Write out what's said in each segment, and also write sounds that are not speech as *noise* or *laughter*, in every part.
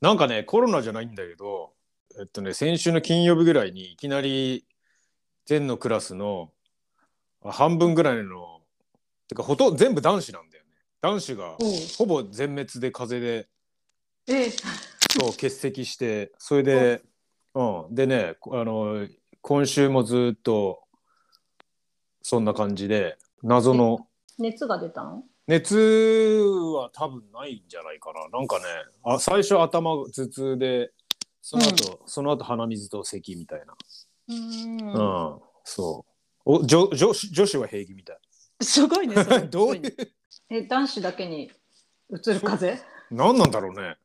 なんかね、コロナじゃないんだけど、えっとね、先週の金曜日ぐらいにいきなり全のクラスのあ半分ぐらいの、てかほとんど全部男子なんだよね。男子がおうほぼ全滅で風邪でえそう欠席して、それで、うん、でね、こあの、今週もずっとそんな感じで、謎の熱が出たの熱は多分ないんじゃないかな。なんかね、あ最初頭頭痛で、その後、その後鼻水と咳みたいな。う。うんん、そう。お女女子女子は平気みたい。すごいね。それ *laughs* どういう、え、男子だけに移る風邪何なんだろうね。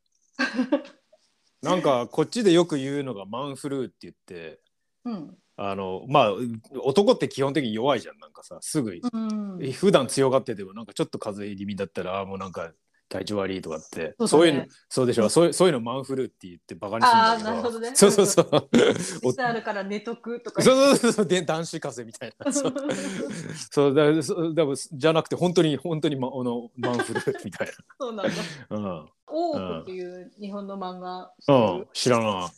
なんかこっちでよく言うのがマンフルーって言って、うん。あの、まあ、男って基本的に弱いじゃん、なんかさ、すぐうん。普段強がっててもなんかちょっと風邪気味だったらあーもうなんか体調悪いとかってそそううだねいうのそうでしょそういうそういうのマンフルーって言ってバカにするんだあけあ、どなるほどね。。そうそうそううおそう熱あるから寝とくと *laughs* か。そうそうそうで男子風邪みたいなそうそうだそうだじゃなくて本当に本当に、ま、あのマンフルーみたいそうなんだ。な、うんオークっていう日本の漫画知ってるうん、知らない、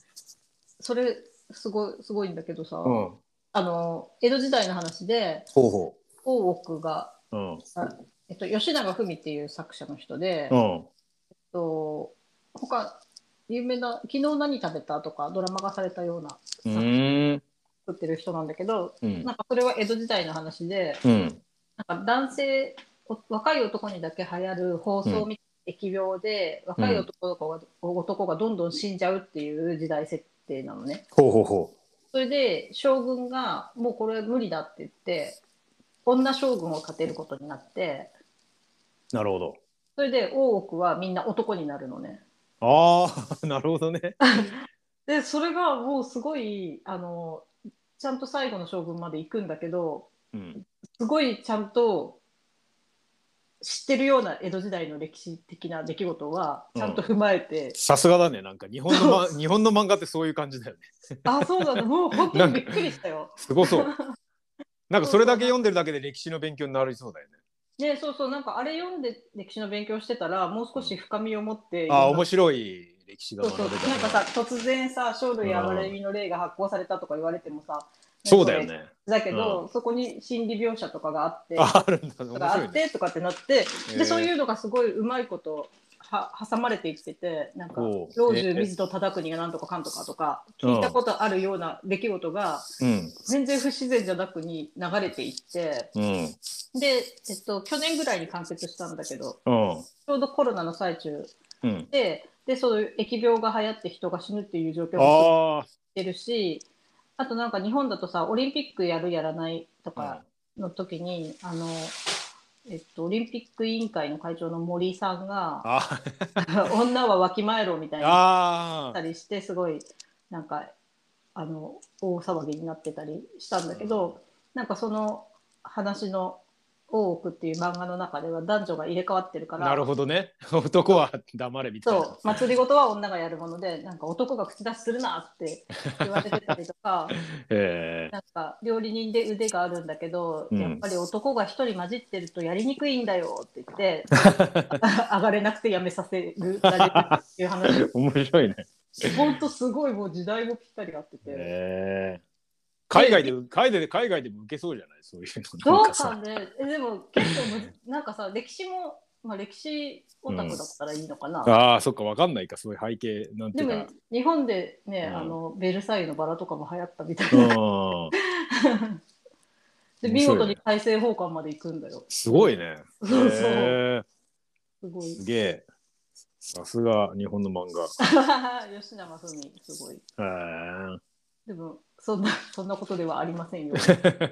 それすごいすごいんだけどさ、うん、ほあの江戸時代の話でうほ大奥が、ううんえっと、吉永文っていう作者の人で、うえっんと他有名な「昨日何食べた?」とかドラマがされたようなうーん作ってる人なんだけどうんなんかそれは江戸時代の話でうんなんか男性お若い男にだけ流行る放送みたいな疫病で、若い男の子が男がどんどん死んじゃうっていう時代設定なのね。ほうほうほそれで将軍がもうこれ無理だって言って女将軍を立てることになってうなるほどそれで大奥はみんな男になるのね。ああなるほどねでそれがもうすごいあのちゃんと最後の将軍まで行くんだけどうんすごいちゃんと知ってるような江戸時代の歴史的な出来事はちゃんと踏ま *laughs* えて、さすがだねなんか日本の、 *laughs* ま、日本の漫画ってそういう感じだよねあそうなのもう本当にびっくりしたよ。すご *laughs* そう。なんかそれだけ読んでるだけで歴史の勉強になりそうだよね。ねそうそうなんかあれ読んで歴史の勉強してたらもう少し深みを持って、ああ、いろんな面白い歴史がそう学そうべたねなんかさ突然さ生類憐れみの例が発行されたとか言われてもさそうだよね。だけど、そこに心理描写とかがあってああるんだ。と面かあ白いっね。てとかってなって、へでえそういうのがすごいうまいことは挟まれていっててなんかおう「老え中え水戸忠国がなんとかかんとか」とか聞いたことあるような出来事がうん。全然不自然じゃなくに流れていってうん。で、えっと、去年ぐらいに完結したんだけどうん。ちょうどコロナの最中うん。ででそういう疫病が流行って人が死ぬっていう状況があってるしあとなんか日本だとさオリンピックやるやらないとあか。の時に、あのえっと、オリンピック委員会の会長の森さんがあ「 *laughs* 女はわきまえろ」みたいなあたー。りしてすごいなんかあの大騒ぎになってたりしたんだけど、なんかその話の「大奥」っていう漫画の中では男女が入れ替わってるから。なるほどね。男は黙れみたいそな。う祭りごとは女がやるものでなんか男が口出しするなって言われてたりと *laughs* かええなんか料理人で腕があるんだけど、うんやっぱり男が一人混じってるとやりにくいんだよって言って *laughs* 上がれなくてやめさせるられるっていう話面白いね。ほんとすごいもう時代もぴったり合ってて、ええ海外で、海外で、海外でも受けそうじゃないそういうの。どなうんかかさ。ねえでも結構むずなんかさ歴史も、まあ、歴史オタクだったらいいのかな、ああ、そっか、わかんないか、そういう背景なんてでいうもか。日本でね、うんあのベルサイユのバラとかも流行ったみたいな、うん。で面見白いね事に大政奉還まで行くんだよすごいね。そうそう *laughs* へーすごいすげえ。さすが日本の漫画。 *laughs* 吉永文すごいへでもそんな *laughs* そんなことではありませ *laughs* んよ。ー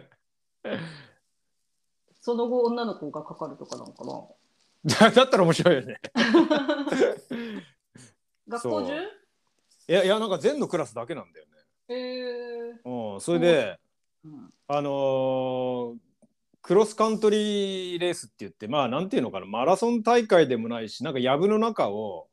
その後女の子がかかるとかなの *laughs* かだな。だったら面白いよね。学校そう？中いやいやなんか全のクラスだけなんだよね。えーうん、それで、うんあのークロスカントリーレースって言ってまあなんていうのかなマラソン大会でもないしなんか藪の中を、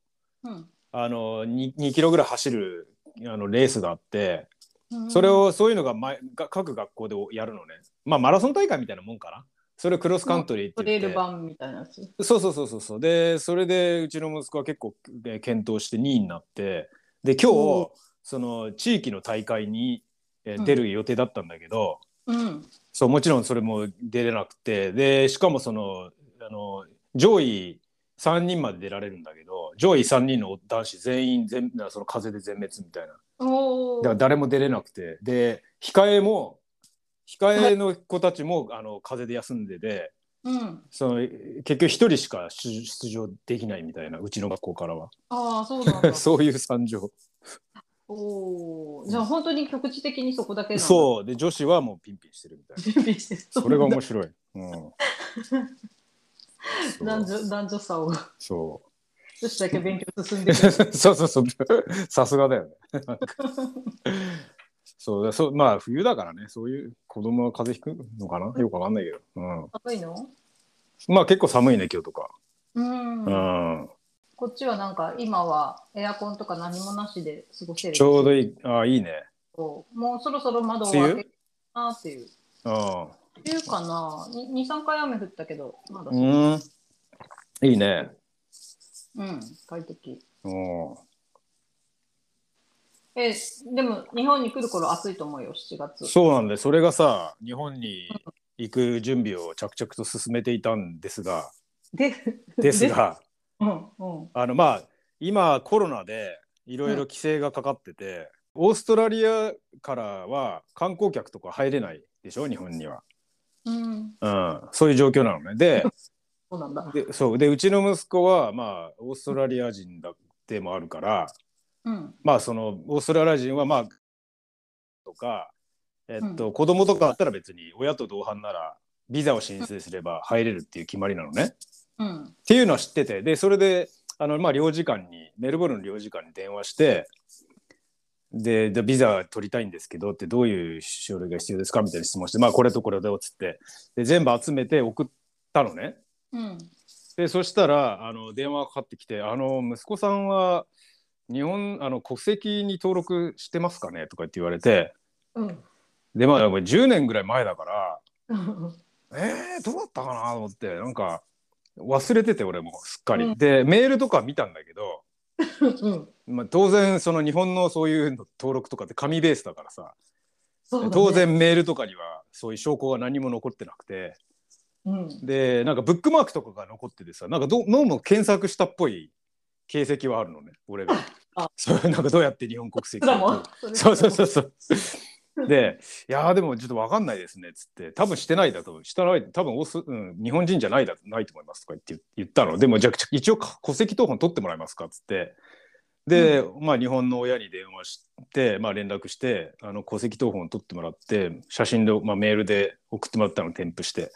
うんあのー、2, 2キロぐらい走るあのレースがあってうんそれをそういうのが毎が各学校でやるのねまあマラソン大会みたいなもんかな。それクロスカントリーってト言っレイてル版みたいなやつ。そうそうそうそうそうでそれでうちの息子は結構えー検討して2位になってで今お日その地域の大会にえー出る予定だったんだけど、うん。そうもちろんそれも出れなくてでしかもそのあの上位3人まで出られるんだけど上位3人の男子全員全その風で全滅みたいなおだお。から誰も出れなくてで控えも控えの子たちもあの風邪で休んでで。うん。その結局一人しか出出場できないみたいなうちの学校からはああ、そうなん *laughs* だ。そういう惨状おお。じゃあ本当に局地的にそこだけな *laughs* う。そうで女子はもうピンピンしてるみたいな準備してそそれが面白い、 *laughs* うん、そう男女男女差をそ女子だけ勉強進んうで *laughs* る。そうそうそうさすがだよねなんかそうだそうまあ冬だからねそういう子供は風邪ひくのかなよくわかんないけど、う寒いの？ん、まあ結構寒いね今日とかうん。うんこっちはなんか今はエアコンとか何もなしで過ごせる。ちょうどいいああいいねど。もうそろそろ窓を開け梅るなっていう。うんっていうかな。に二三回雨降ったけどまだ。うんいいねうん。快適。うんえでも日本に来る頃暑いと思うよ7月。そうなんでそれがさ日本に行く準備を着々と進めていたんですがで、 *laughs* *laughs* ですがうんうん。あのまあ今コロナでいろいろ規制がかかってて、オーストラリアからは観光客とか入れないでしょ日本には、うん。うん、そういう状況なのね *laughs* でそうなんだ。でそうでうちの息子はまあオーストラリア人だでもあるからうん。まあそのオーストラリア人はまあとか、えっと子供とかあったら別に親と同伴ならビザを申請すれば入れるっていう決まりなのね。っうん。ていうのは知っててでそれであの、まあ、領事館にメルボルンの領事館に電話してででビザ取りたいんですけどってどういう書類が必要ですかみたいな質問して、まあ、これとこれだよっつってで全部集めて送ったのね。うん。でそしたらあの電話がかかってきて「あの息子さんは日本あの国籍に登録してますかね?」とかって言われてうん。でまあ10年ぐらい前だからえー、どうだったかなと思ってなんか忘れてて俺もすっかり。うんでメールとか見たんだけど、うん。まあ、当然その日本のそういうの登録とかって紙ベースだからさ、そうだね当。然メールとかにはそういう証拠が何も残ってなくてうん。でなんかブックマークとかが残っててさなんかどどうも検索したっぽい形跡はあるのね俺があ。 *laughs* そうなんかどうやって日本国籍それもん。。そうそうそううそう。 *laughs* で「いやーでもちょっと分かんないですね」っつって「多分してないだとしてない多分オース、うん、日本人じゃないだないと思います」とか言って言ったのでもじゃあ一応戸籍謄本取ってもらえますかっつってで、まあ、日本の親に電話して、まあ、連絡してあの戸籍謄本を取ってもらって写真で、まあ、メールで送ってもらったのを添付して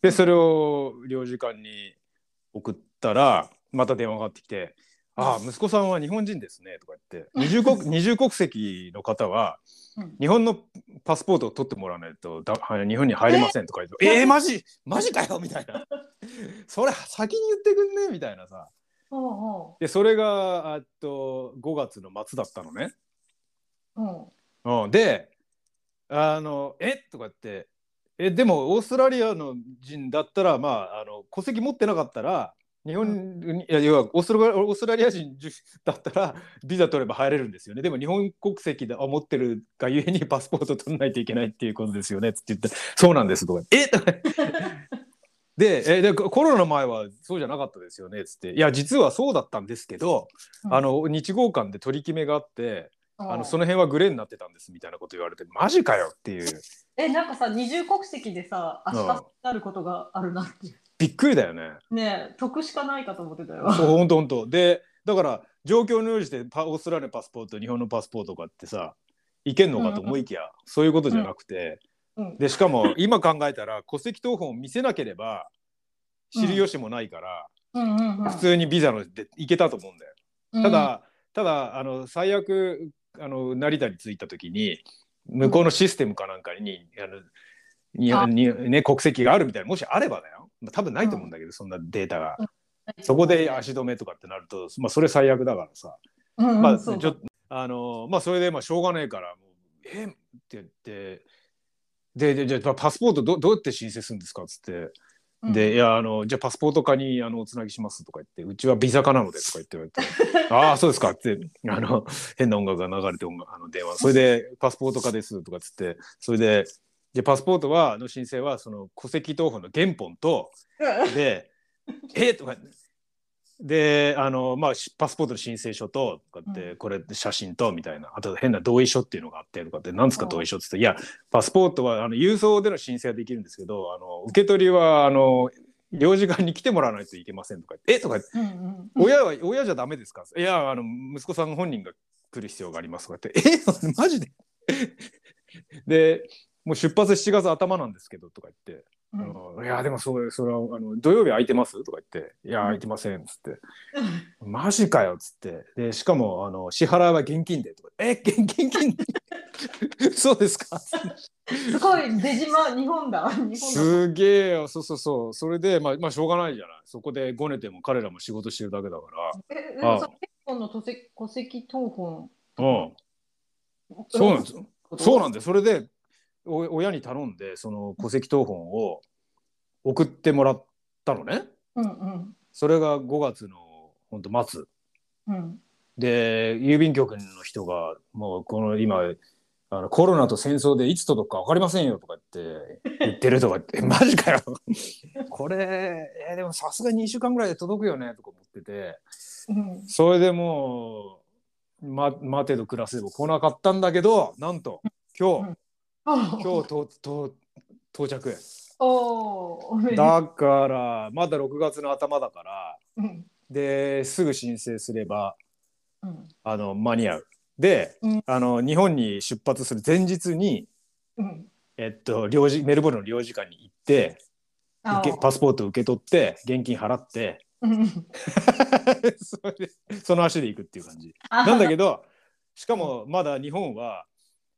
でそれを領事館に送ったらまた電話がかかってきて「ああ息子さんは日本人ですね」とか言って二重国二重国籍の方はうん日本のパスポートを取ってもらわないとだはい日本に入れませんとか言って「えー、マジマジかよ」みたいな *laughs* 「それ先に言ってくんね」みたいなさおでそれがあっと5月の末だったのね。うおう。うん、であの「えとか言って「えでもオーストラリアの人だったらまああの戸籍持ってなかったら日本に、いや要はオーストラリアオーストラリア人だったらビザ取れば入れるんですよねでも日本国籍だあ持ってるがゆえにパスポート取らないといけないっていうことですよね」って言って「そうなんです」とか「えと *laughs* かでえでコロナの前はそうじゃなかったですよね」っつって「いや実はそうだったんですけど、うんあの日豪間で取り決めがあって。うんあのその辺はグレーになってたんですみたいなこと言われてマジかよっていうえなんかさ二重国籍でさ明うん日なることがあるなっていうびっくりだよね。ねえ得しかないかと思ってたよ。そうほんとほんとでだから状況に応じてパオーストラリアのパスポート日本のパスポートとかってさいけんのかと思いきや、そういうことじゃなくて、うんでしかも今考えたら戸籍謄本を見せなければ知る由もないから、うんうんうん普通にビザので行けたと思うんだよ。ただ、ただあの最悪あの成田に着いた時に向こうのシステムかなんかに,、あのにあにね、国籍があるみたいなもしあればだよまあ多分ないと思うんだけど、そんなデータが、うんそこで足止めとかってなると、まあ、それ最悪だからさ、うんうんまあ、ちそょうっとあのまあそれでまあしょうがねえからもうえーって言ってででじゃあパスポートどどうやって申請するんですかっつって、うんでいやあのじゃあパスポート課にあのおつなぎしますとか言ってうちはビザ課なのでとか言って言われ *laughs* てああそうですかってあの変な音楽が流れて音楽あの電話それでパスポート課ですとかっつってそれででパスポートはの申請はその戸籍謄本の原本とで *laughs* 「えとかであの、まあ、しパスポートの申請書ととかって、うこれ写真とみたいなあと変な同意書っていうのがあってとかって何ですかうん同意書っつって「いやパスポートはあの郵送での申請はできるんですけどあの受け取りはあの領事館に来てもらわないといけません」とか「えとかうんうんうん親は親じゃダメですか?」いやあの息子さん本人が来る必要があります」とかって「えマジで?」 *laughs* でもう出発7月頭なんですけどとか言ってあうんのいやでもそうそれはあの土曜日空いてますとか言って「いやうん空いてません」っつって「マジかよ」っつってでしかもあの支払いは現金でとか「え現現 *laughs* 金でそうですか?つって」すごい出島日本だ日本だすげえよそうそうそうそれで、まあ、まあしょうがないじゃないそこでごねても彼らも仕事してるだけだかえあうんその結婚の戸籍戸籍謄本ら、うん、そうなんですよそうなんでですそれでお親に頼んでその戸籍謄本を送ってもらったのねうんうんそれが5月の本当末うんで郵便局の人がもうこの今あのコロナと戦争でいつ届くか分かりませんよとかって言ってるとかって *laughs* マジかよこれ、えーでもさすがに2週間ぐらいで届くよねとか思っててうんそれでもう、ま、待てど暮らせど来なかったんだけどなんと今日今今日とと到着おーおめでとうだからまだ6月の頭だからうんですぐ申請すればうんあの間に合う。で、うんあの日本に出発する前日に、うんえっと、領事メルボルンの領事館に行ってあ受けパスポート受け取って現金払って *laughs* うんそれでその足で行くっていう感じ。あなんだけどしかもまだ日本は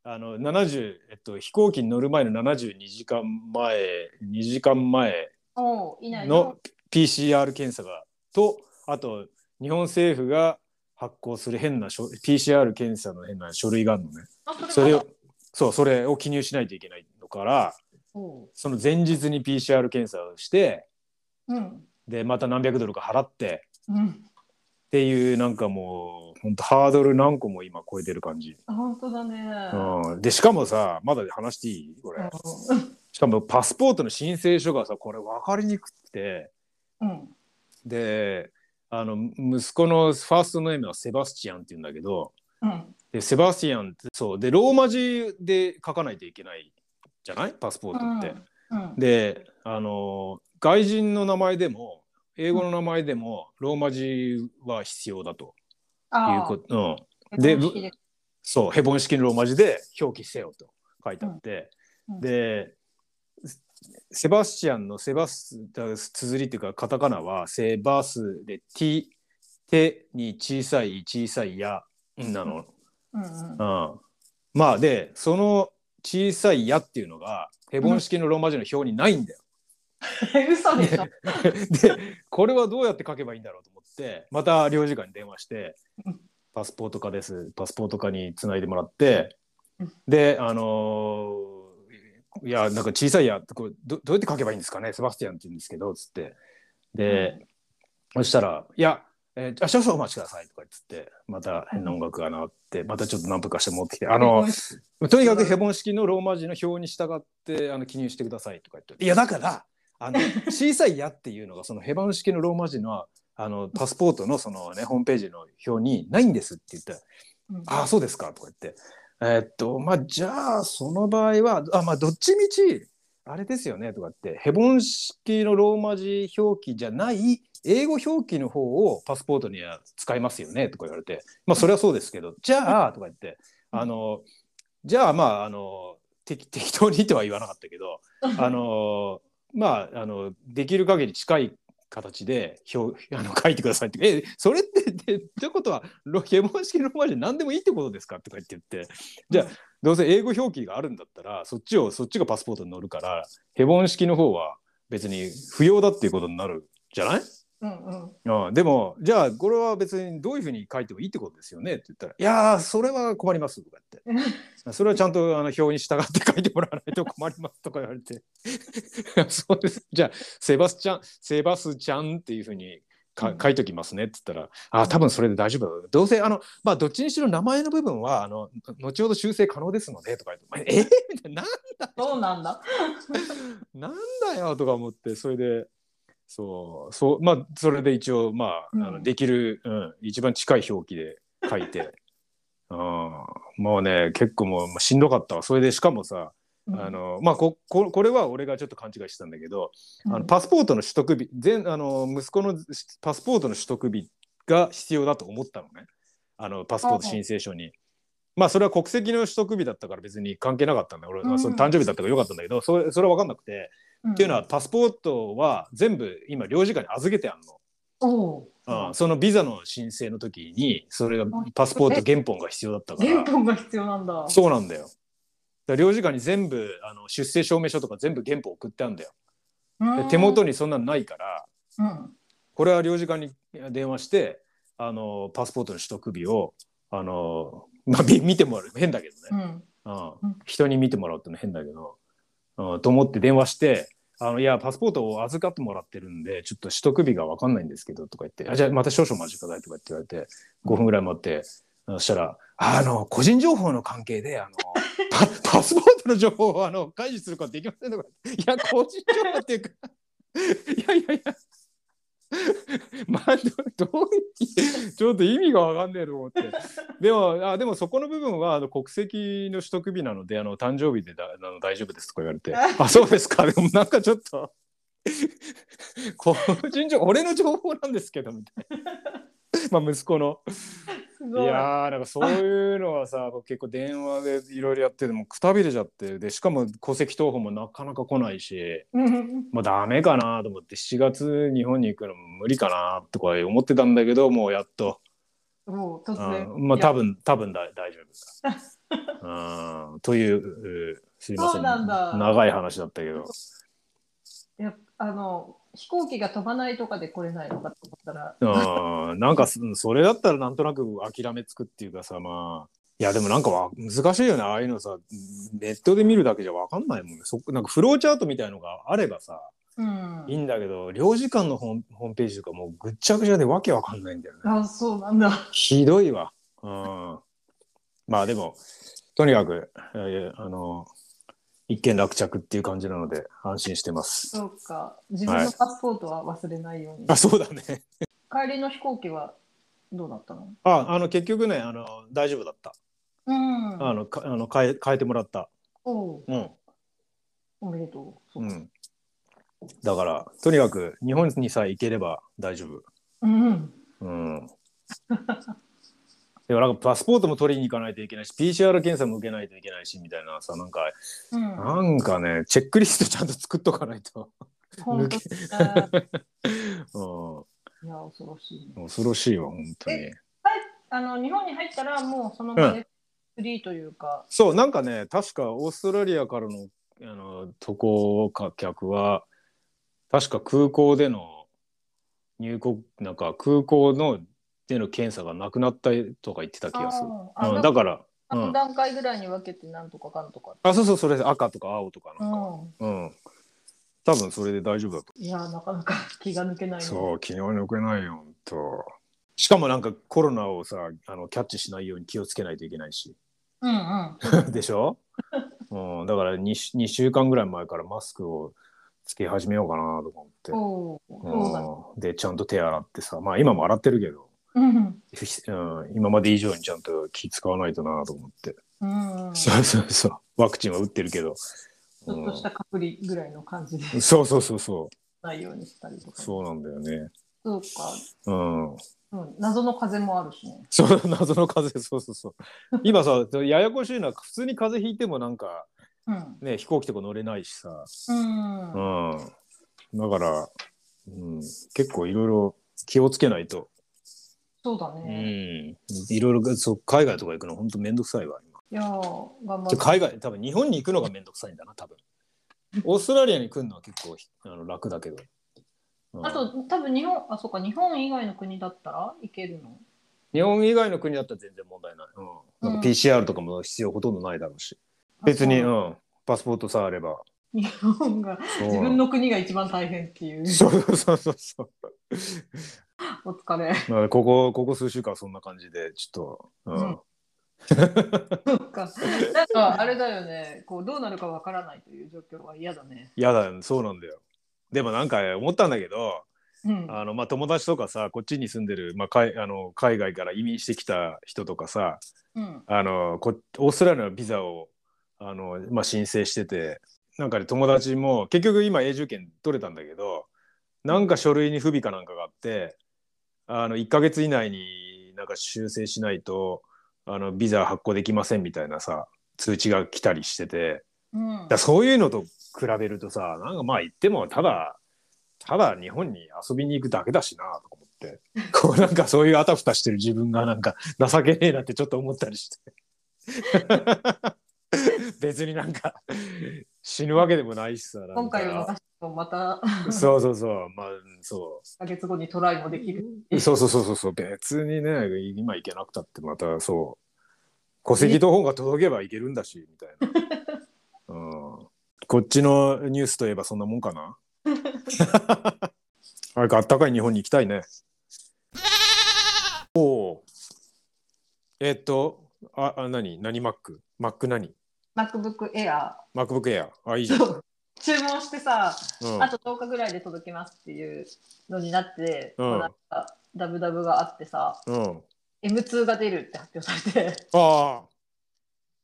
あの70、えっと、飛行機に乗る前の72時間前2時間前おーいないの PCR 検査がとあと日本政府が発行する変な書 PCR 検査の変な書類があるのね。あそれまをそうそれを記入しないといけないのからだおーその前日に PCR 検査をしてうんでまた何百ドルか払ってうんっていうなんかもう本当ハードル何個も今超えてる感じ、あ本当だねうん、でしかもさまだ話していいこれうしかもパスポートの申請書がさこれ分かりにくくてんうんであの息子のファーストネームはセバスチアンっていうんだけどうんでセバスチアンってそうでローマ字で書かないといけないじゃないパスポートって。うんであの外人の名前でも英語の名前でもローマ字は必要だというあーこと、うん、結で婚式ぶそうヘボン式のローマ字で表記せよと書いてあって、うんうんでセバスチアンのセバス綴りっていうかカタカナはセバスで T 手に小さい小さいやなの、うんうんうん、まあでその小さい「や」っていうのがヘボン式のローマ字の表にないんだよ。嘘でしょ。でこれはどうやって書けばいいんだろうと思ってまた領事館に電話してうん「パスポート課ですパスポート課につないでもらってうんであのーいやなんか小さい「や」これどどうやって書けばいいんですかねセバスティアンって言うんですけどつってで、そしたら「いやえー、あ少々お待ちください」とか言ってまた変な音楽が鳴ってまたちょっと何分かして持ってき *laughs* て「あのとにかくヘボン式のローマ字の表に従ってあの記入してくださいとか言って「いやだからあ *laughs* の小さい「や」っていうのがそのヘボン式のローマ字のあのパスポートのその、ね、ホームページの表にないんですって言ったらうんああそうですか」とか言って「えーっとまあじゃあその場合はあまあどっちみちあれですよね」とかってヘボン式のローマ字表記じゃない英語表記の方をパスポートには使いますよねとか言われて「まあそれはそうですけどじゃあ」とか言ってあのじゃあまああの適適当にとは言わなかったけど *laughs* あのまああのできる限り近い形で表あの書いてくださいってえそれってでってことはロケモン式のローマ字で何でもいいってことですかとか言って言ってじゃあどうせ英語表記があるんだったらそっちをそっちがパスポートに載るからヘボン式の方は別に不要だっていうことになるじゃないうんうんうんああでもじゃあこれは別にどういうふうに書いてもいいってことですよねって言ったら「いやーそれは困ります」とか言って「それはちゃんとあの表に従って書いてもらわないと困ります」とか言われて *laughs* 「そうですじゃあセバスチャンセバスチャンっていうふうにか書いときますね」って言ったら「ああ多分それで大丈夫だどうせあのまあどっちにしろ名前の部分はあの後ほど修正可能ですので」とか言って「えーみたいななんそうなんだ。なんだよとか思ってそれでそうそうまあそれで一応まあ,、あうのんできる、うん、一番近い表記で書いて *laughs* うんもうね結構もうもうしんどかったわそれでしかもさ、あのまあこここれは俺がちょっと勘違いしてたんだけど、うん、あのパスポートの取得日全あの息子のパスポートの取得日が必要だと思ったのねあのパスポート申請書に。まあそれは国籍の取得日だったから別に関係なかったんだ俺、まあ、その誕生日だったからよかったんだけどそれそれは分かんなくて、うんっていうのは、パスポートは全部今領事館に預けてあんの、おううんそのビザの申請の時にそれがパスポート原本が必要だったか原ら本が必要なんだ。そうなんだよだから領事館に全部あの出生証明書とか全部原本送ってあるんだようでん手元にそんなのないからうんこれは領事館に電話してあのパスポートの取得日をあの、まあ、び見てもらう変だけどね、うんううんん、人に見てもらうっての変だけど、うん、と思って電話して「あのいやパスポートを預かってもらってるんでちょっと取得日が分かんないんですけど」とか言って「あじゃあまた少々お待ちください」とかって言われて5分ぐらい待ってそしたら「あの個人情報の関係であの *laughs* パパスポートの情報をあの開示することはできません」とか「いや個人情報っていうかいやいやいや」まあどどういうちょっと意味が分かんねえと思ってでもあでもそこの部分はあの国籍の取得日なのであの誕生日でだあの大丈夫ですとか言われてあそうですかでもなんかちょっと *laughs* 個人情報俺の情報なんですけどみたい *laughs* なまあ息子のすいごい。やーなんかそういうのはさ *laughs* 結構電話でいろいろやっててもうくたびれちゃってでしかも戸籍謄本もなかなか来ないしうんもうダメかなと思って7月日本に行くのも無理かなとか思ってたんだけどもうやっと。もう突然。うんまあ多分多分だ大丈夫です。 *laughs* うんといううすいませそんうなんだ長い話だったけど、いやあの飛行機が飛ばないとかで来れないのかと思ったら、うん、なんかすそれだったらなんとなく諦めつくっていうかさまあいやでもなんかわ難しいよねああいうのさネットで見るだけじゃ分かんないもんねそなんかフローチャートみたいのがあればさうんいいんだけど領事館のホームホームページとかもうぐっちゃぐちゃでわけわかんないんだよね。あそうなんだ。ひどいわ。うん。まあでも、とにかく、えーあの、一件落着っていう感じなので安心してます。そうか。自分のパスポートは忘れないように。あ、そうだね。帰りの飛行機はどうだったの？あ、あの、結局ね、あの、大丈夫だった。うん。あの、かあの変え、変えてもらった。おううん。おめでとう。そううかん。だから、とにかく、日本にさえ行ければ大丈夫。うんうん。うん。でもなんかパスポートも取りに行かないといけないし PCR 検査も受けないといけないしみたいなさなんかうん。なんかねチェックリストちゃんと作っとかないと本当だね。いや恐ろしいね。うん、恐ろしいわ本当にえあの日本に入ったらもうその場でフリーというか、そうなんかね確かオーストラリアからのあの渡航客は確か空港での入国なんか空港のでの検査がなくなったとか言ってた気がする、あーあうん、だだかから、らうん3段階ぐらいに分けてなんとかかんとか。あそうそうそれ赤とか青とかうなんかん。うん、多分それで大丈夫だと思ういやなかなか気が抜けないね。そう、気が抜けないよ、ほんと。しかもなんかコロナをさ、あのキャッチしないように気をつけないといけないし。うんうん。でし *laughs* ょ、うん、だから 2, 2週間ぐらい前からマスクをつけ始めようかなと思って。そうそうだね。うん、で、ちゃんと手洗ってさ、まあ今も洗ってるけど、うんひうん、今まで以上にちゃんと気使わないとなと思って。うん。うん。ちそうそうそう。ワクチンは打ってるけど。ょっとした隔離ぐらいの感じでうん、そうそうそうそないようにしたりとう。か。そうなんだよね。そうか。うん。うん、謎の風もあるしね。そう *laughs* 謎の風邪そうそうそう今さややこしいのは普通に風邪ひいてもなんかうん。ね飛行機とか乗れないしさ、うん。うん、だから、うん、結構いろいろ気をつけないと、そうだうね。ん、いろいろそう海外とか行くのほんとめんどくさいわ今いやー頑張ちっょ海外多分日本に行くのがめんどくさいんだな多分オーストラリアに来るのは結構あの楽だけど、うんあと多分日本あそうか日本以外の国だったらいけるの日本以外の国だったら全然問題ない。うん。なんか PCR とかも必要ほとんどないだろうし。別に、あう。そうんパスポートさえあれば。日本がそう自分の国が一番大変っ *laughs* ていうそうそうそうそう。お疲れまあ、ここ、ここ数週間そんな感じで、ちょっと、うん。うんそっかなんかあれだよねこうどうなるかわからないという状況は嫌だねやだ、そうなんだよ。でもなんか思ったんだけど、うんあの、まあ、友達とかさ、こっちに住んでる、まあ、海あの海外から移民してきた人とかさ、うんあのこオーストラリアのビザをあの、まあ、申請しててなんかね友達も結局今永住権取れたんだけどなんか書類に不備かなんかがあってあの1ヶ月以内になんか修正しないとあのビザ発行できませんみたいなさ通知が来たりしててうんだからそういうのと比べるとさなんかまあ言ってもただただ日本に遊びに行くだけだしなとか思っ *laughs* てこうなんかそういうあたふたしてる自分がなんか情けねえなってちょっと思ったり *laughs* して別になんか死ぬわけでもないしさなんか今回を逃してもまたそうそうそうまあそ1ヶ月後にトライもできるうそうそうそうそうそう別にね今行けなくたってまたそう戸籍謄本が届けば行けるんだしみたいな、うん、こっちのニュースといえばそんなもんかな早くあったかい日本に行きたいねおおえっとああ何何マックマック何 MacBook Air MacBook Air あいいじゃん、 *laughs* そう注文してさうん、あと10日ぐらいで届きますっていうのになって、うんこうなんかダブダブがあってさうん、 M2 が出るって発表されてああ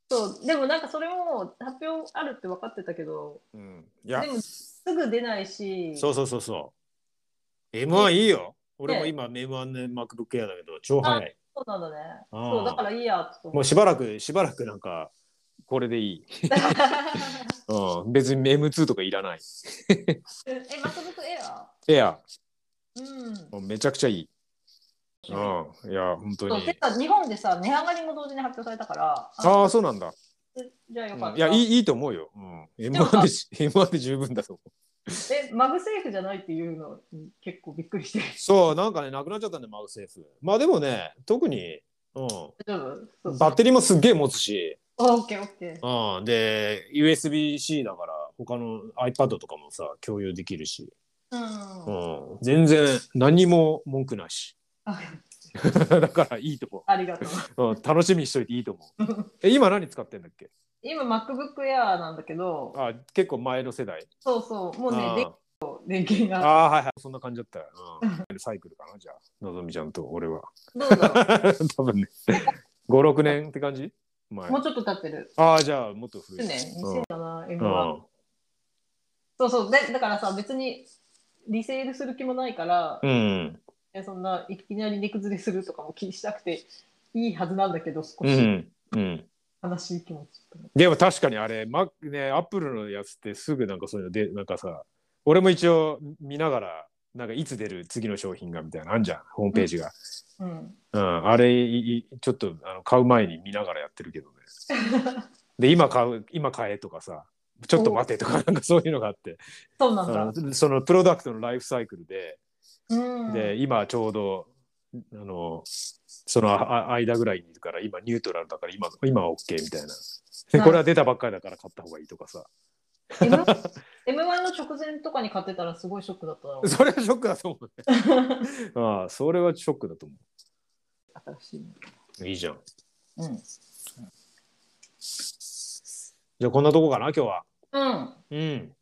そうでもなんかそれも発表あるって分かってたけどうんいやでもすぐ出ないしそうそうそうそう。M1 いいよ。俺も今 M1 で MacBook Air だけど、超早い。そうなんだねあーそうだからいいやとも思うってしばらく、しばらくなんか、これでいい。うん、別に M2 とかいらない。 *laughs* え MacBook Air、 Air? うんもうめちゃくちゃいい。うん、いや、本当そうにて。か日本でさ値上がりも同時に発表されたからあああ、そうなんだ。じゃあよかっうんたいや、いいいいと思うよ。うん、もさ M1 でし M1 で十分だと思う。えマグセーフじゃないっていうのに結構びっくりして *laughs* そう、なんかね、なくなっちゃったんで、マグセーフ。まあでもね、特に、うん、大丈夫そうバッテリーもすっげえ持つし、オッケーオッケーうん、で USB-C だから他の iPad とかもさ共有できるし、うんうん、全然何も文句なし *laughs* だからいいとこ、 *laughs* ありがとうう。ん、楽しみにしといていいと思 *laughs* うえ今何使ってんだっけ今 MacBook Air なんだけど、あ結構前の世代そうそう、もうあね、ー電電源が。あーはいはいそんな感じだったよ、うん、サイクルかなじゃあのぞみちゃんと俺は *laughs* どうだろ多分ね56年って感じ前 *laughs* う。もうちょっと経ってる。ああじゃあもっと古1い年、うん2007、M1 う。んそうそう、でだからさ、別にリセールする気もないから、うんねそんないきなり値崩れするとかも気にしなくていいはずなんだけど、少うしんうん悲しい気持ち。でも確かにあれ、マックね、アップルのやつってすぐなんかそういうので、なんかさ、俺も一応見ながら、なんかいつ出る次の商品がみたいなのあんじゃん、ホームページが。うん。うん、あれ、いいちょっとあの買う前に見ながらやってるけどね。 *laughs* で、今買う、今買えとかさ、ちょっと待てとか、なんかそういうのがあって、そうなんだ。うんそのプロダクトのライフサイクルで、うん。で、今ちょうど、あの、そのあ間ぐらいにいるから、今ニュートラルだから今、今は OK みたいな。で、これは出たばっかりだから買った方がいいとかさ。 M1 の直前とかに買ってたらすごいショックだった *laughs* の。それはショックだと思うね。ああ、それはショックだと思 *laughs* 新しいのう。いいじゃん。うん。じゃあこんなとこかな、今日は。うん。うん。